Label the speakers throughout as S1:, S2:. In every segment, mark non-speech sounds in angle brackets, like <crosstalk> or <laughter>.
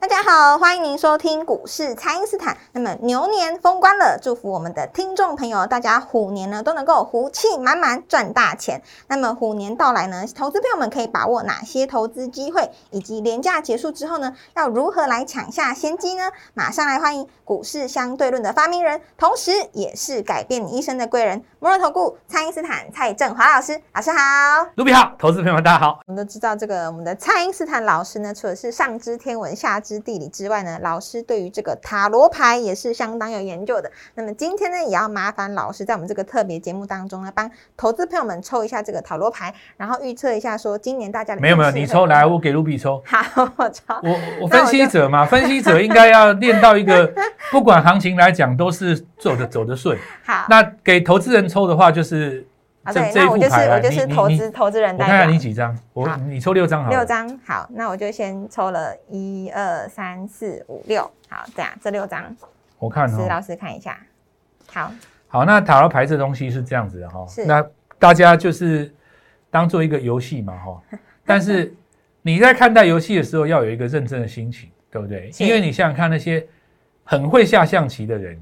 S1: 大家好，欢迎您收听股市蔡因斯坦。那么牛年封关了，祝福我们的听众朋友，大家虎年呢都能够虎气满满，赚大钱。那么虎年到来呢，投资朋友们可以把握哪些投资机会，以及廉价结束之后呢，要如何来抢下先机呢？马上来欢迎股市相对论的发明人，同时也是改变你一生的贵人——摩尔投顾蔡因斯坦蔡振华老师，老师好。
S2: 卢比好，投资朋友们大家好。
S1: 我们都知道，这个我们的蔡因斯坦老师呢，除了是上知天文下知地理之外呢，老师对于这个塔罗牌也是相当有研究的。那么今天呢，也要麻烦老师在我们这个特别节目当中呢，帮投资朋友们抽一下这个塔罗牌，然后预测一下说今年大家的
S2: 没有没有，
S1: 运势
S2: 你
S1: 会
S2: 抽
S1: 怎么
S2: 来，
S1: 样。 <laughs>
S2: 我给卢比抽。
S1: 好，我抽。
S2: 我我分析
S1: <laughs>
S2: 者嘛，分析者应该要练到一个， <laughs> 不管行情来讲都是走的走的顺。
S1: 好，
S2: 那给投资人抽的话，就是
S1: 好
S2: 这
S1: 对，
S2: 这一
S1: 那我
S2: 副
S1: 就是
S2: 牌
S1: 我
S2: 来，
S1: 就是
S2: 你
S1: 投
S2: 你
S1: 资投资人
S2: 我
S1: 代
S2: 看看
S1: 表
S2: 你。几张，我
S1: 好
S2: 你抽六张好了。
S1: 六张，好，那我就先抽了一二三四五六，好，这样这六张，
S2: 我看
S1: 石
S2: 哦。
S1: 老师看一下。好，
S2: 好，那塔罗牌这东西是这样子的哈、
S1: 是
S2: 那大家就是当做一个游戏嘛哈、
S1: <laughs>
S2: 但是你在看待游戏的时候，要有一个认真的心情，对不对？
S1: 是
S2: 因为你想想看，那些很会下象棋的人，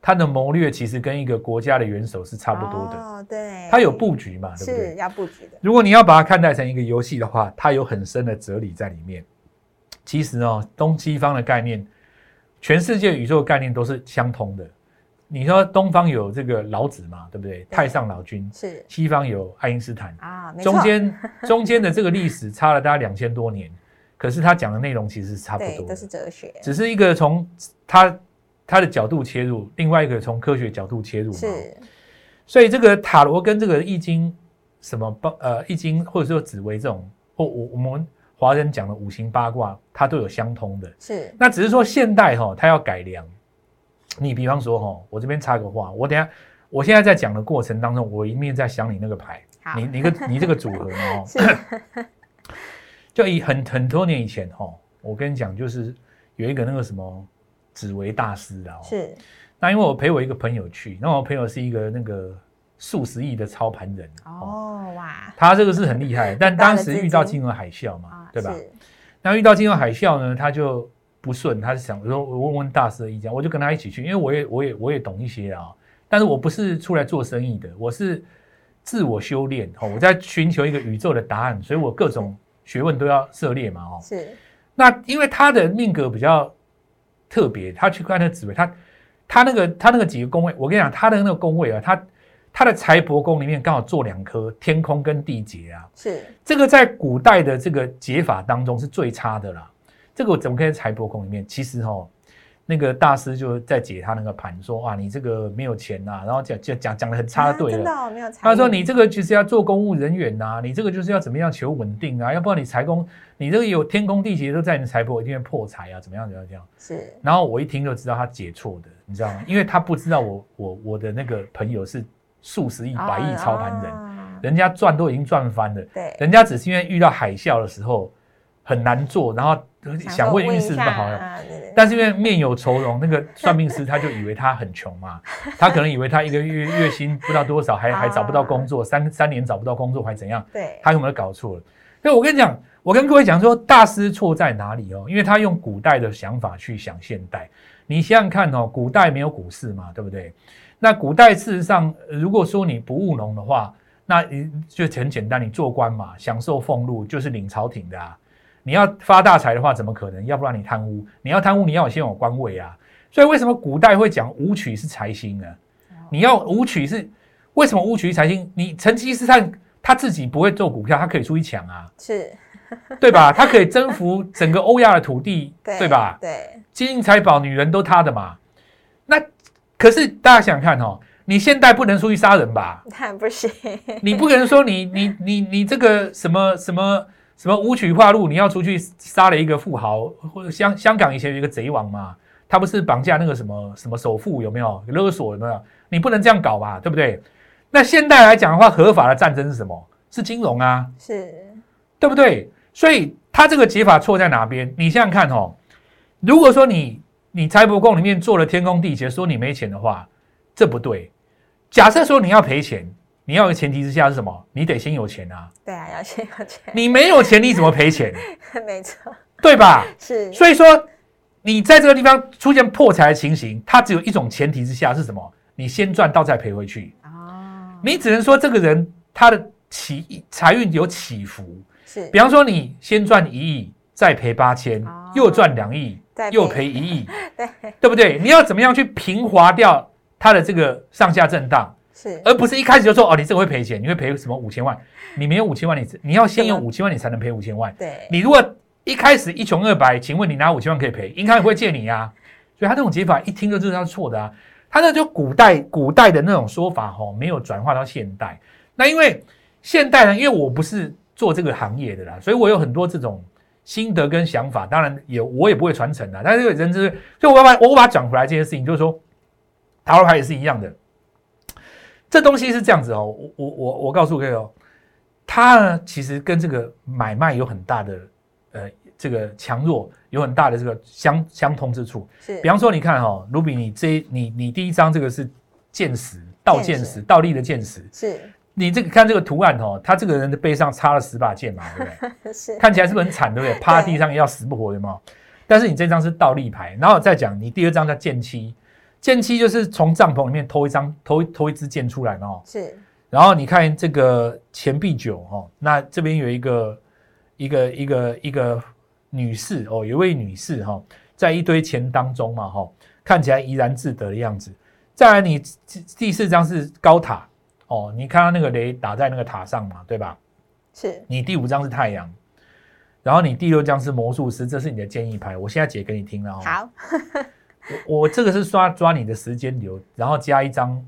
S2: 他的谋略其实跟一个国家的元首是差不多的，
S1: 哦，对，
S2: 他有布局嘛，对不
S1: 是
S2: 对？
S1: 要布局的，
S2: 如果你要把它看待成一个游戏的话，它有很深的哲理在里面。其实哦，东西方的概念，全世界宇宙的概念都是相通的。你说东方有这个老子嘛，对不对？太上老君，
S1: 是
S2: 西方有爱因斯坦，
S1: 啊，没错，
S2: 中间
S1: <laughs>
S2: 中间的这个历史差了大概两千多年，可是他讲的内容其实是差不
S1: 对
S2: 多
S1: 都
S2: 的，
S1: 是哲学，
S2: 只是一个从他他的角度切入，另外一个从科学角度切入嘛。
S1: 是
S2: 所以这个塔罗跟这个易经什么八呃易经或者说紫微这种，或我我们华人讲的五行八卦，它都有相通的。
S1: 是
S2: 那只是说现代哈、它要改良。你比方说哈、我这边插个话，我等一下我现在在讲的过程当中，我一面在想你那个牌，
S1: 好
S2: 你你个你这个组合嘛
S1: <laughs>，
S2: 哦
S1: 是
S2: <laughs> 就以很很多年以前哈、我跟你讲，就是有一个那个什么紫微大师啊、哦，
S1: 是
S2: 那因为我陪我一个朋友去，那我朋友是一个那个数十亿的操盘人哦，
S1: 哦哇
S2: 他这个是很厉害，但
S1: 大的
S2: 当时
S1: 资
S2: 遇到
S1: 金
S2: 金融海啸嘛
S1: 啊，
S2: 对吧？
S1: 是
S2: 那遇到金融海啸呢，他就不顺，他就想说，我问问大师的意见，我就跟他一起去，因为我也我也我也懂一些啊，但是我不是出来做生意的，我是自我修炼哦，我在寻求一个宇宙的答案，所以我各种学问都要涉猎嘛哦。
S1: 是
S2: 那因为他的命格比较特别，他去看那个紫薇，他他那个他那个几个宫位，我跟你讲，他的那个宫位啊，他他的财帛宫里面刚好做两颗天空跟地劫啊，
S1: 是
S2: 这个在古代的这个解法当中是最差的啦。这个我怎么可以在财帛宫里面？其实哦，那个大师就在解他那个盘，说啊，你这个没有钱呐、然后讲讲讲讲的很差，
S1: 啊
S2: 对
S1: 真
S2: 了
S1: 的。哦没有参与
S2: 他说：“你这个就是要做公务人员呐、你这个就是要怎么样求稳定啊，要不然你财宫，你这个有天宫地劫都在你的财帛，一定会破财啊，怎么样怎么样怎么样。
S1: 是”
S2: 然后我一听就知道他解错的，你知道吗？因为他不知道我我我的那个朋友是数十亿、
S1: 哦
S2: 百
S1: 啊
S2: 亿操盘人，
S1: 人
S2: 人家赚都已经赚翻了，
S1: 哦对
S2: 人家只是因为遇到海啸的时候很难做，然后想
S1: 说
S2: 问运
S1: 一
S2: 势怎
S1: 下
S2: 么好了。
S1: 啊对对
S2: 但是因为面有愁容，那个算命师他就以为他很穷嘛，他可能以为他一个月月薪不知道多少，还还找不到工作，三三年找不到工作还怎样？
S1: 对
S2: 他有没有搞错了？所以我跟你讲，我跟各位讲说，大师错在哪里哦？因为他用古代的想法去想现代。你想想看哦，古代没有股市嘛，对不对？那古代事实上，呃如果说你不务农的话，那你就很简单，你做官嘛，享受俸禄就是领朝廷的啊。你要发大财的话，怎么可能？要不然你贪污，你要贪污，你要有先有官位啊。所以为什么古代会讲武曲是财星呢？你要武曲是为什么武曲是财星？你成吉思汗他自己不会做股票，他可以出去抢啊，
S1: 是
S2: 对吧？他可以征服整个欧亚的土地，
S1: 对
S2: 对吧？
S1: 对
S2: 金银财宝、女人都他的嘛。那可是大家想想看哦，你现代不能出去杀人吧？
S1: 但不行 <laughs>
S2: 你不可能说你你你你这个什么什么什么舞曲化路，你要出去杀了一个富豪，或者香香港以前有一个贼王嘛，他不是绑架那个什么什么首富有没有勒索有没有？你不能这样搞吧，对不对？那现代来讲的话，合法的战争是什么？是金融啊，
S1: 是，
S2: 对不对？所以它这个解法错在哪边？你想想看哦，如果说你你财帛宫里面做了天公地劫，说你没钱的话，这不对。假设说你要赔钱，你要有前提之下是什么？你得先有钱啊！
S1: 对啊，要先要钱，
S2: 你没有钱，你怎么赔钱？
S1: 没错，
S2: 对吧？
S1: 是，
S2: 所以说，你在这个地方出现破财的情形，它只有一种前提之下是什么？你先赚到再赔回去。
S1: 哦，
S2: 你只能说这个人他的起财运有起伏，
S1: 是
S2: 比方说，你先赚一亿，再赔八千
S1: 哦，
S2: 又赚两亿
S1: 再，赔
S2: 又赔一亿，
S1: <laughs> 对，
S2: 对不对？你要怎么样去平滑掉它的这个上下震荡，
S1: 是
S2: 而不是一开始就说哦，你这个会赔钱，你会赔什么五千万？你没有五千万，你你要先有
S1: 对
S2: 五千万，你才能赔五千万。
S1: 对，
S2: 你如果一开始一穷二白，请问你拿五千万可以赔，银行也会借你啊。所以他这种解法一听就知道是错的啊。他那就古代古代的那种说法吼、没有转化到现代。那因为现代人，因为我不是做这个行业的啦，所以我有很多这种心得跟想法，当然也我也不会传承啦。但是人之，所以我把我把它转回来这件事情，就是说塔罗牌也是一样的。这东西是这样子哦，我我我我告诉各位哦，它呢其实跟这个买卖有很大的呃这个强弱有很大的这个相相通之处。
S1: 是
S2: 比方说，你看哈、哦，卢比，你这你你第一张这个是剑石，倒
S1: 剑
S2: 剑
S1: 石
S2: 石，倒立的剑石。
S1: 是 <laughs>
S2: 你这个看这个图案哦，他这个人的背上插了十把剑嘛，对不
S1: <laughs>
S2: 对？
S1: 是，
S2: 看起来是不是很惨，对不对？趴地上要死不活，有没有？但是你这张是倒立牌，然后再讲你第二张叫剑七，剑七就是从帐篷里面偷一张偷偷一支剑出来嘛、哦。
S1: 是
S2: 然后你看这个钱币九哦，那这边有一个一个一个一个女士哦，有一位女士哈、哦，在一堆钱当中嘛哈、哦，看起来怡然自得的样子。再来你第第四张是高塔哦，你看到那个雷打在那个塔上嘛，对吧？
S1: 是
S2: 你第五张是太阳，然后你第六张是魔术师，这是你的建议牌，我现在解给你听了哦。
S1: 好，
S2: 我，我这个是抓抓你的时间流，然后加一张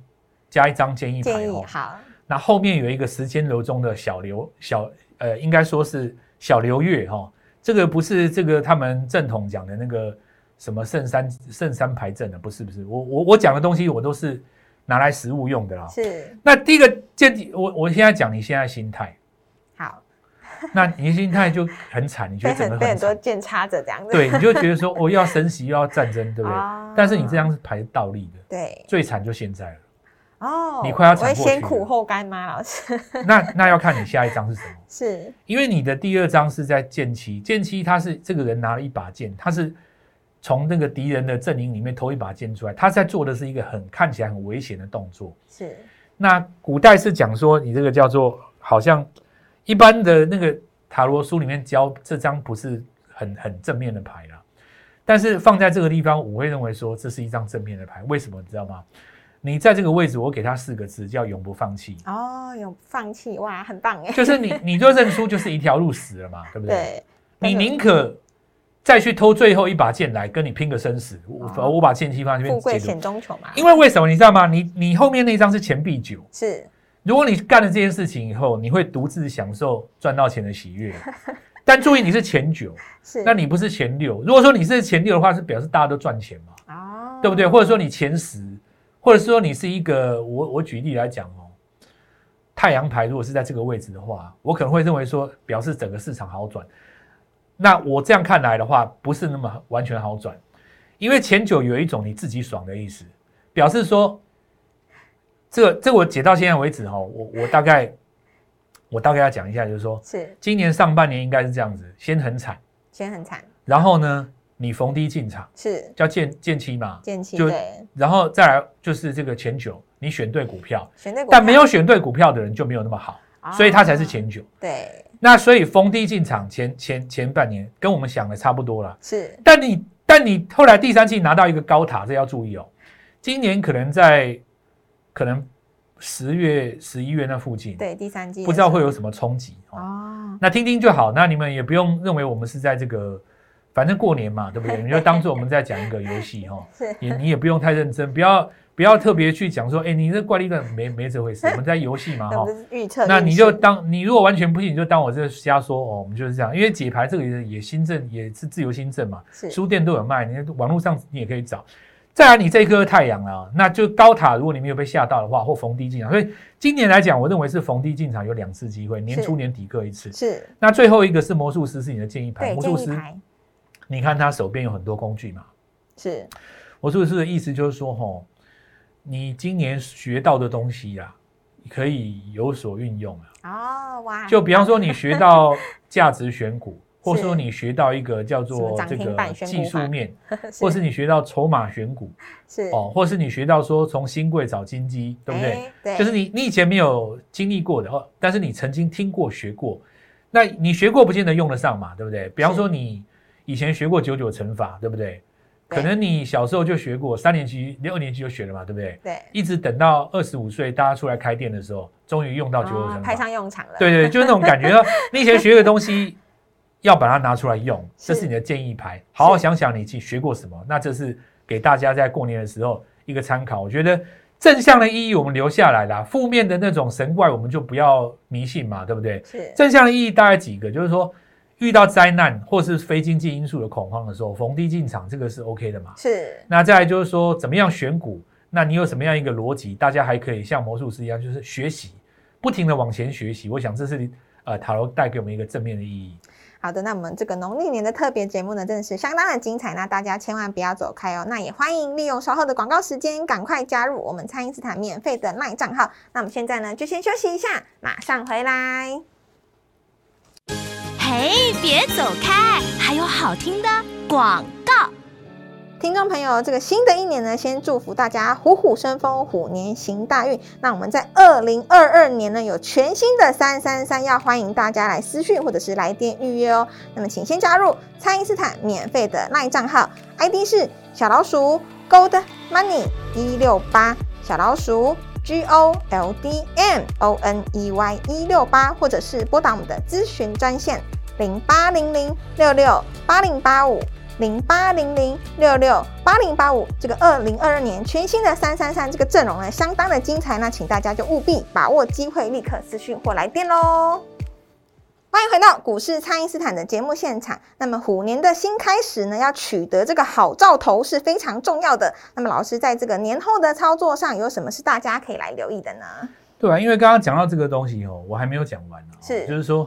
S2: 加一张建议牌
S1: 建议
S2: 哦。
S1: 好，
S2: 那后面有一个时间流中的小流小呃，应该说是小流月哈、哦，这个不是这个他们正统讲的那个什么圣山圣山牌阵的，啊不是不是，我我我讲的东西我都是拿来实物用的啦。
S1: 是
S2: 那第一个建议，我我现在讲你现在
S1: <laughs>
S2: 心态。
S1: 好，
S2: 那你的心态就很惨，你觉
S1: 被
S2: 得整个
S1: 很被
S2: 很
S1: 很多
S2: 惨，
S1: 剑插着这样子，
S2: 对，你 <laughs> 就觉得说，哦，又要升息，又要战争，对不对
S1: 啊？
S2: 但是你这张是排倒立的，
S1: 对
S2: 最惨就现在了。
S1: 哦，
S2: 你快要
S1: 我会
S2: 抢过去
S1: 先苦
S2: 了
S1: 后甘吗？老师 <laughs>
S2: 那那要看你下一张是什么，
S1: 是
S2: 因为你的第二张是在剑七，剑七他是这个人拿了一把剑，他是从那个敌人的阵营里面偷一把剑出来，他在做的是一个很看起来很危险的动作。
S1: 是
S2: 那古代是讲说，你这个叫做好像一般的那个塔罗书里面教这张不是很很正面的牌啦，但是放在这个地方，我会认为说这是一张正面的牌。为什么你知道吗？你在这个位置，我给它四个字叫永不放弃，
S1: 哦，有放弃哇，很棒哎，
S2: 就是你你就认输，就是一条路死了嘛，对不对？
S1: 对
S2: 你宁可再去偷最后一把剑来跟你拼个生死，我反而我把剑气放在这
S1: 富贵
S2: 边解
S1: 险
S2: 读。
S1: 中求嘛，
S2: 因为为什么你知道吗？你你后面那张是钱币九。
S1: 是
S2: 如果你干了这件事情以后，你会独自享受赚到钱的喜悦。但注意，你是前九，
S1: 是，
S2: 那你不是前六。如果说你是前六的话，是表示大家都赚钱嘛，
S1: 哦，
S2: 对不对？？或者说你前十，或者说你是一个，我我举例来讲哦，太阳牌如果是在这个位置的话，我可能会认为说表示整个市场好转。那我这样看来的话，不是那么完全好转，因为前九有一种你自己爽的意思，表示说，这个这个我解到现在为止哈、哦，我我大概我大概要讲一下，就是说
S1: 是
S2: 今年上半年应该是这样子，先很惨，
S1: 先很惨，
S2: 然后呢你逢低进场，
S1: 是
S2: 叫见见期嘛，
S1: 剑气
S2: 就
S1: 对，
S2: 然后再来就是这个前九，你选对股票，
S1: 选对股
S2: 但
S1: 票啊
S2: 没有选对股票的人就没有那么好，所以它才是前九。
S1: 哦对，
S2: 那所以逢低进场前前前半年跟我们想的差不多了，
S1: 是
S2: 但你但你后来第三季拿到一个高塔，这要注意哦。今年可能在可能十月十一月那附近，
S1: 对第三季的
S2: 不知道会
S1: 时
S2: 有什么冲击
S1: 候
S2: 哦。
S1: 哦，
S2: 那听听就好，那你们也不用认为我们是在这个反正过年嘛，对不对？你就当做我们在讲一个游戏哦哈，
S1: 是
S2: 也你也不用太认真，不要不要特别去讲说，哎，你这怪力乱没没这回事，我们在游
S1: <laughs>
S2: 戏
S1: 我
S2: 嘛哈
S1: 们。就是预测运势，
S2: 那你就当你如果完全不信，你就当我这瞎说哦，我们就是这样，因为解牌这个也也新政也是自由新政嘛，
S1: 是
S2: 书店都有卖，你网络上你也可以找。再来，你这一颗太阳啊，那就高塔，如果你没有被吓到的话，或逢低进场，所以今年来讲，我认为是逢低进场有两次机会，年
S1: 是
S2: 初年底各一次。
S1: 是
S2: 那最后一个是魔术师，是你的建议牌。
S1: 对
S2: 哎魔
S1: 建
S2: 术
S1: 议
S2: 师，
S1: 牌
S2: 你看他手边有很多工具嘛。
S1: 是
S2: 魔术师的意思就是说，吼，你今年学到的东西啊，可以有所运用啊。
S1: 哦哇，
S2: 就比方说，你学到价值选股，或者
S1: 是
S2: 说你学到一个叫
S1: 什么
S2: 做
S1: 涨
S2: 这
S1: 停
S2: 个
S1: 板选股
S2: 技术
S1: 法
S2: 面，
S1: 是
S2: 或是你学到筹码选股
S1: 是
S2: 哦，或是你学到说从新贵找金鸡，对不对？
S1: 哎对，
S2: 就是你你以前没有经历过的哦，但是你曾经听过学过，那你学过不见得用得上嘛，对不对？比方说你以前学过九九乘法，对不对？
S1: 对
S2: 可能你小时候就学过，三年级、六年级就学了嘛，对不对？
S1: 对。
S2: 一直等到二十五岁，大家出来开店的时候，终于用到九九
S1: 哦
S2: 乘
S1: 派
S2: 法。
S1: 上用场了。
S2: <laughs> 对对，就是那种感觉。你以前学的东西，要把它拿出来用，这是你的建议牌。好好想想你去学过什么，那这是给大家在过年的时候一个参考。我觉得正向的意义我们留下来啦，负面的那种神怪我们就不要迷信嘛，对不对？
S1: 是
S2: 正向的意义大概几个，就是说遇到灾难或是非经济因素的恐慌的时候，逢低进场，这个是 OK 的嘛。
S1: 是
S2: 那再来就是说，怎么样选股？那你有什么样一个逻辑？大家还可以像魔术师一样，就是学习，不停的往前学习。我想这是呃塔罗带给我们一个正面的意义。
S1: 好的，那我们这个农历年的特别节目呢，真的是相当的精彩，那大家千万不要走开哦。那也欢迎利用稍后的广告时间，赶快加入我们蔡因斯坦免费的 LINE 账号。那我们现在呢，就先休息一下，马上回来。
S3: 嘿，别走开，还有好听的广告。
S1: 听众朋友，这个新的一年呢，先祝福大家虎虎生风，虎年行大运。那我们在二零二二年呢，有全新的三三三，要欢迎大家来私讯或者是来电预约哦。那么，请先加入蔡因斯坦免费的 LINE 账号，ID 是小老鼠 Gold Money 一六八，小老鼠 G O L D M O N E Y 一六八，或者是拨打我们的咨询专线零八零零六六八零八五。零八零零六六八零八五这个二零二二年全新的三三三这个阵容呢，相当的精彩，那请大家就务必把握机会，立刻私讯或来电喽。欢迎回到股市，蔡因斯坦的节目现场。那么虎年的新开始呢，要取得这个好兆头是非常重要的。那么老师在这个年后的操作上，有什么是大家可以来留意的呢？
S2: 对啊，因为刚刚讲到这个东西哦，我还没有讲完呢、哦。
S1: 是
S2: 就是说，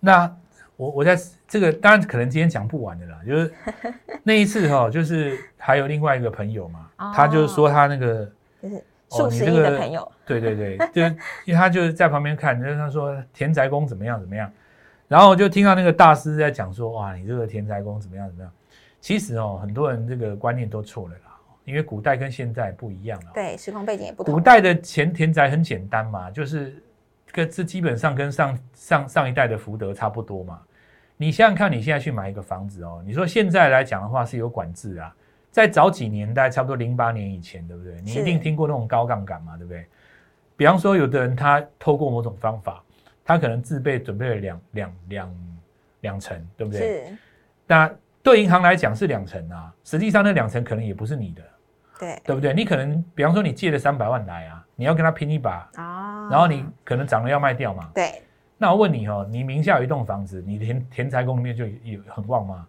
S2: 那我我在这个当然可能今天讲不完的啦，就是 <laughs> 那一次哈、哦，就是还有另外一个朋友嘛，
S1: 哦
S2: 他就是说他那个
S1: 就是
S2: 哦
S1: 数十
S2: 你这
S1: 亿的
S2: 个
S1: 朋友，
S2: 对对对，就是因为他就是在旁边看，就是他说田宅宫怎么样怎么样，然后就听到那个大师在讲说，哇，你这个田宅宫怎么样怎么样。其实哦，很多人这个观念都错了啦，因为古代跟现在不一样了。，哦
S1: 对时空背景也不同。
S2: 古代的前田宅很简单嘛，就是跟这基本上跟上上上一代的福德差不多嘛。你想想看，你现在去买一个房子哦，你说现在来讲的话是有管制啊，在早几年代，差不多零八年以前，对不对？你
S1: 是
S2: 一定听过那种高杠杆嘛，对不对？比方说，有的人他透过某种方法，他可能自备准备了两两两两成，对不对？
S1: 是，
S2: 那对银行来讲是两成啊，实际上那两成可能也不是你的，
S1: 对
S2: 对不对？你可能，比方说你借了三百万来啊，你要跟他拼一把，
S1: 啊
S2: 然后你可能涨了要卖掉嘛。
S1: 对
S2: 那我问你哦，你名下有一栋房子，你田田宅宫里面就有有很
S1: <laughs>
S2: 旺吗？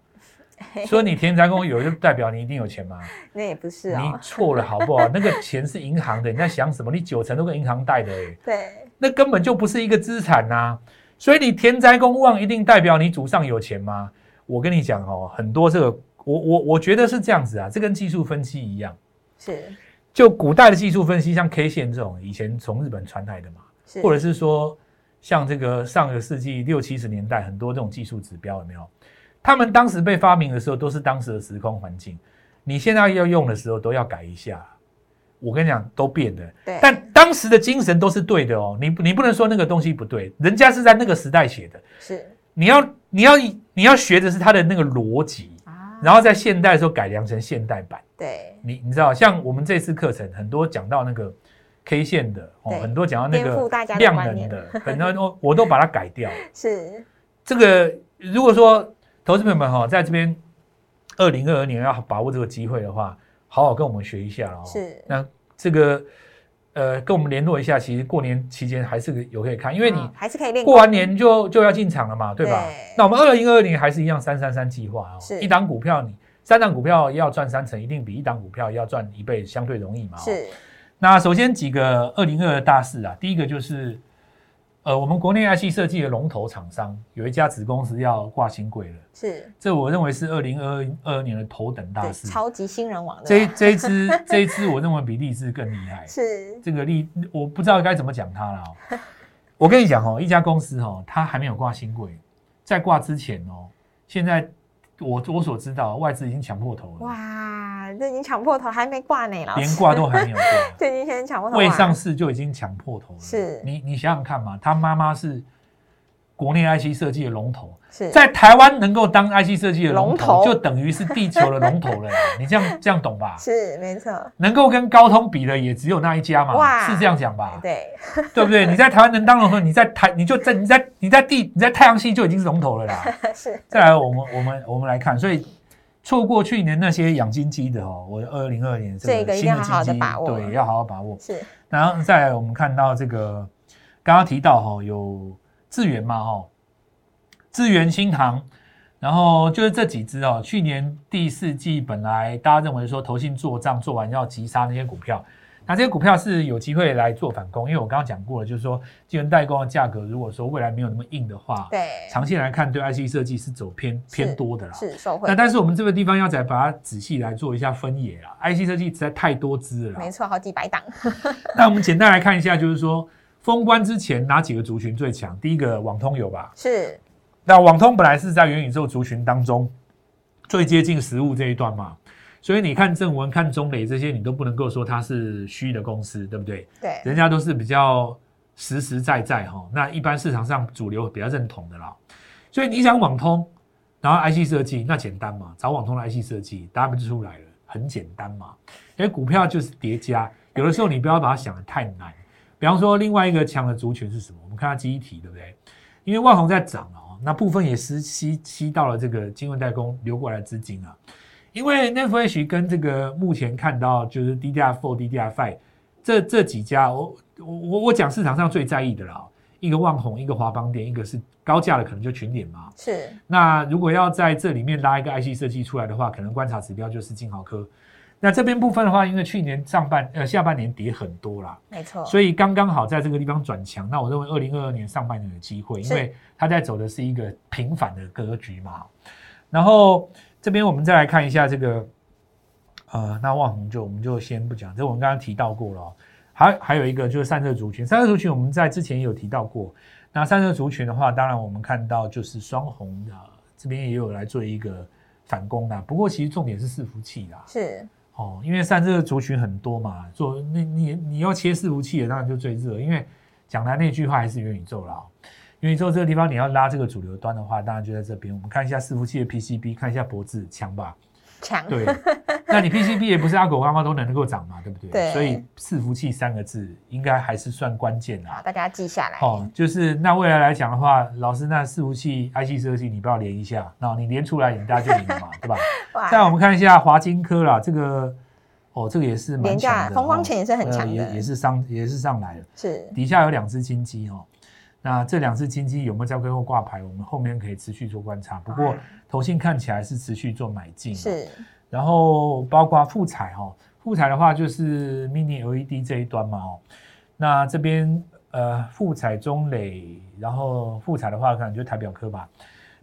S2: 所以你田宅宫有就代表你一定有钱吗？
S1: 那也不是
S2: 你
S1: 哦，
S2: 错了好不
S1: <laughs>
S2: 好？那个钱是银行的，你在想什么？你九成都跟银行贷的、欸，
S1: 对，
S2: 那根本就不是一个资产呐、所以你田宅宫旺一定代表你祖上有钱吗？我跟你讲哦，很多这个，我我我觉得是这样子啊，这跟技术分析一样。
S1: 是
S2: 就古代的技术分析，像 K 线这种以前从日本传来的嘛，
S1: 是，
S2: 或者是说像这个上个世纪六七十年代很多这种技术指标有没有？他们当时被发明的时候都是当时的时空环境，你现在要用的时候都要改一下。我跟你讲，都变了。
S1: 对
S2: 但当时的精神都是对的哦，你你不能说那个东西不对，人家是在那个时代写的，
S1: 是
S2: 你要你要你要学的是他的那个逻辑，
S1: 啊，
S2: 然后在现代的时候改良成现代版。
S1: 对
S2: 你你知道，像我们这次课程很多讲到那个 K 线的，
S1: 对
S2: 哦，很多讲到那
S1: 颠覆
S2: 个
S1: 大家的
S2: 量
S1: 观 <laughs>
S2: 能
S1: 念
S2: 的，很多都我都把它改掉。
S1: 是
S2: 这个如果说投资朋友们哈、在这边二零二二年要把握这个机会的话，好好跟我们学一下哦。
S1: 是
S2: 那这个呃，跟我们联络一下，其实过年期间还是个有可以看，因为你
S1: 啊还是可以练
S2: 过完年就就要进场了嘛，对吧？
S1: 对
S2: 那我们二零二二年还是一样三三三计划哦，
S1: 是
S2: 一档股票你三档股票要赚三成，一定比一档股票要赚一倍相对容易嘛、哦。
S1: 是
S2: 那首先几个二零二二大事啊，第一个就是，呃，我们国内 IC 设计的龙头厂商有一家子公司要挂新贵了，
S1: 是，
S2: 这我认为是二零二二年的头等大
S1: 对，
S2: 事。
S1: 超级新人王
S2: 这
S1: 对
S2: 一
S1: 吧
S2: 这一支
S1: <laughs>
S2: 这一支我认为比励志更厉害。
S1: 是
S2: 这个励我不知道该怎么讲它了哦、 <laughs> 我跟你讲哦，一家公司哦，它还没有挂新贵，在挂之前哦，现在我我所知道外资已经抢破头了，
S1: 哇，这已经抢破头，还没挂呢，老
S2: 连
S1: 师，
S2: 挂都还没有挂。
S1: 这已经先抢破头，
S2: 未
S1: <laughs> 哇
S2: 上市就已经抢破头了。
S1: 是
S2: 你你想想看嘛，他妈妈是国内 IC 设计的龙头，
S1: 是
S2: 在台湾能够当 IC 设计的龙
S1: 龙
S2: 头，
S1: 头
S2: 就等于是地球的龙
S1: <laughs>
S2: 头了啦。你这样这样懂吧？
S1: 是没错，
S2: 能够跟高通比的也只有那一家嘛，
S1: 哇
S2: 是这样讲吧？
S1: 对，
S2: <laughs> 对不对？你在台湾能当龙头，你在台你就在你在你在地你在太阳系就已经是龙头
S1: <laughs>
S2: 了啦。
S1: 是
S2: 再来，我们我们我们来看，所以错过去年那些养金鸡的哦，我二零二年
S1: 这个一定
S2: 新
S1: 要
S2: 金
S1: 好好地
S2: 鸡
S1: 把握
S2: 对，要好好把握。
S1: 是
S2: 然后再来，我们看到这个刚刚提到哈、有智源嘛哈、智源新塘，然后就是这几只哦，去年第四季本来大家认为说投信做账做完要急杀那些股票，那这些股票是有机会来做反攻，因为我刚刚讲过了，就是说晶圆代工的价格如果说未来没有那么硬的话，
S1: 对，
S2: 长线来看对 IC 设计是走偏偏多的啦。
S1: 是受惠
S2: 那，但是我们这个地方要再把它仔细来做一下分野啦，IC 设计实在太多只了啦
S1: 没。错，好几百档，
S2: 那我们简单来看一下，就是说封关之前哪几个族群最强？第一个网通有吧？
S1: 是
S2: 那网通本来是在元宇宙族群当中最接近实物这一段嘛，所以你看正文、看中磊这些，你都不能够说它是虚的公司，对不对？
S1: 对，
S2: 人家都是比较实实在在哈、那一般市场上主流比较认同的啦。所以你想网通，然后 IC 设计，那简单嘛，找网通的 IC 设计，答案就出来了，很简单嘛。因为股票就是叠加，有的时候你不要把它想得太难。比方说，另外一个强的族群是什么？我们看它记忆体，对不对？因为万宏在涨哦，那部分也是吸吸到了这个金融代工流过来的资金啊。因为 Netflix 跟这个目前看到就是 DDR4、DDR5 这这几家，我我我我讲市场上最在意的啦，一个万宏，一个华邦店，一个是高价的，可能就群点嘛。
S1: 是
S2: 那如果要在这里面拉一个 IC 设计出来的话，可能观察指标就是金豪科。那这边部分的话，因为去年上半呃下半年跌很多啦，
S1: 没错，
S2: 所以刚刚好在这个地方转强。那我认为二零二二年上半年有机会，因
S1: 是
S2: 为它在走的是一个平反的格局嘛。然后这边我们再来看一下这个，呃，那望红就我们就先不讲，这我们刚刚提到过了、哦。还还有一个就是散热族群，散热族群我们在之前也有提到过。那散热族群的话，当然我们看到就是双红的、这边也有来做一个反攻啦。不过其实重点是伺服器啦，
S1: 是
S2: 哦，因为散热族群很多嘛，做你你你要切伺服器的，当然就最热。因为讲来那句话还是元宇宙啦、哦，元宇宙这个地方你要拉这个主流端的话，当然就在这边。我们看一下伺服器的 PCB，看一下脖子强吧。
S1: 强， <laughs>
S2: 对，那你 PCB 也不是阿狗阿猫都能够涨嘛，对不对？
S1: 对
S2: 所以伺服器三个字应该还是算关键
S1: 好，
S2: 啦。
S1: 大家记下来，
S2: 哦，就是那未来来讲的话，老师，那伺服器、IC 设计你不要连一下，那你连出来，你大家就赢了嘛，对吧？
S1: 哇
S2: 再来我们看一下华金科啦，这个哦，这个也是蛮
S1: 廉价
S2: 强的，
S1: 风光
S2: 哦
S1: 前也是很强
S2: 呃
S1: 的
S2: 也也是上也是上来了。
S1: 是
S2: 底下有两只金鸡哦，那这两只金鸡有没有在最后挂牌？我们后面可以持续做观察。不过
S1: 啊
S2: 投信看起来是持续做买进，。
S1: 是
S2: 然后包括富彩哦，富彩的话就是 mini LED 这一端嘛哦，那这边呃富彩中磊，然后富彩的话可能就台表科吧，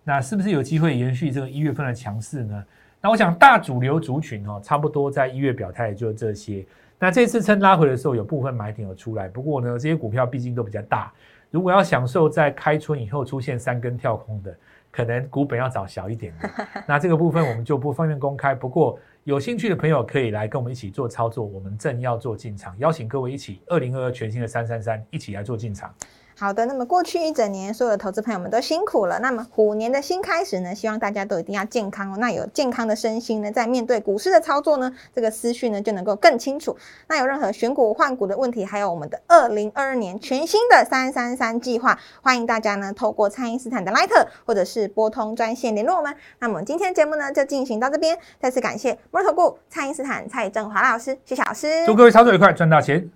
S2: 那是不是有机会延续这个一月份的强势呢？那我想大主流族群哦，差不多在一月表态也就这些。那这次趁拉回的时候，有部分买点有出来，不过呢，这些股票毕竟都比较大，如果要享受在开春以后出现三根跳空的，可能股本要找小一点的。那这个部分我们就不方便公开，不过有兴趣的朋友可以来跟我们一起做操作，我们正要做进场，邀请各位一起二零二二全新的三三三一起来做进场。
S1: 好的，那么过去一整年，所有的投资朋友们都辛苦了。那么虎年的新开始呢，希望大家都一定要健康哦。那有健康的身心呢，在面对股市的操作呢，这个思绪呢就能够更清楚。那有任何选股换股的问题，还有我们的二零二二年全新的三三三计划，欢迎大家呢透过蔡因斯坦的 Light 或者是拨通专线联络我们。那么今天节目呢就进行到这边，再次感谢摩头顾蔡因斯坦蔡振华老师，谢谢老师，
S2: 祝各位操作愉快，赚大钱！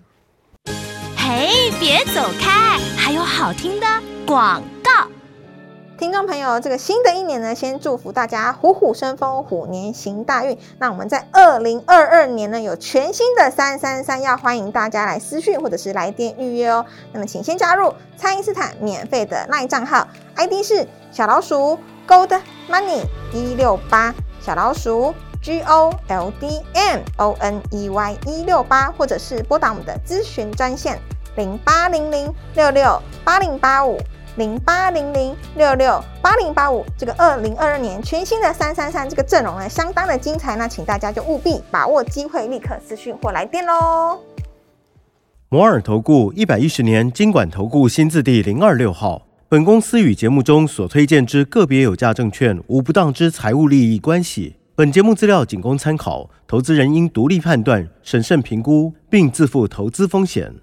S3: 嘿，别走开，还有好听的广告。
S1: 听众朋友，这个新的一年呢，先祝福大家虎虎生风，虎年行大运。那我们在二零二二年呢，有全新的三三三，要欢迎大家来私讯或者是来电预约哦。那么，请先加入蔡因斯坦免费的赖账号，ID 是小老鼠 Gold Money 一六八，小老鼠 G O L D M O N E Y 一六八，或者是拨打我们的咨询专线零八零零六六八零八五。零八零零六六八零八五，这个二零二二年全新的三三三这个阵容呢，相当的精彩，那请大家就务必把握机会，立刻私讯或来电喽。
S4: 摩尔投顾一百一十年经管投顾新字第零二六号。本公司与节目中所推荐之个别有价证券无不当之财务利益关系。本节目资料仅供参考，投资人应独立判断、审慎评估，并自负投资风险。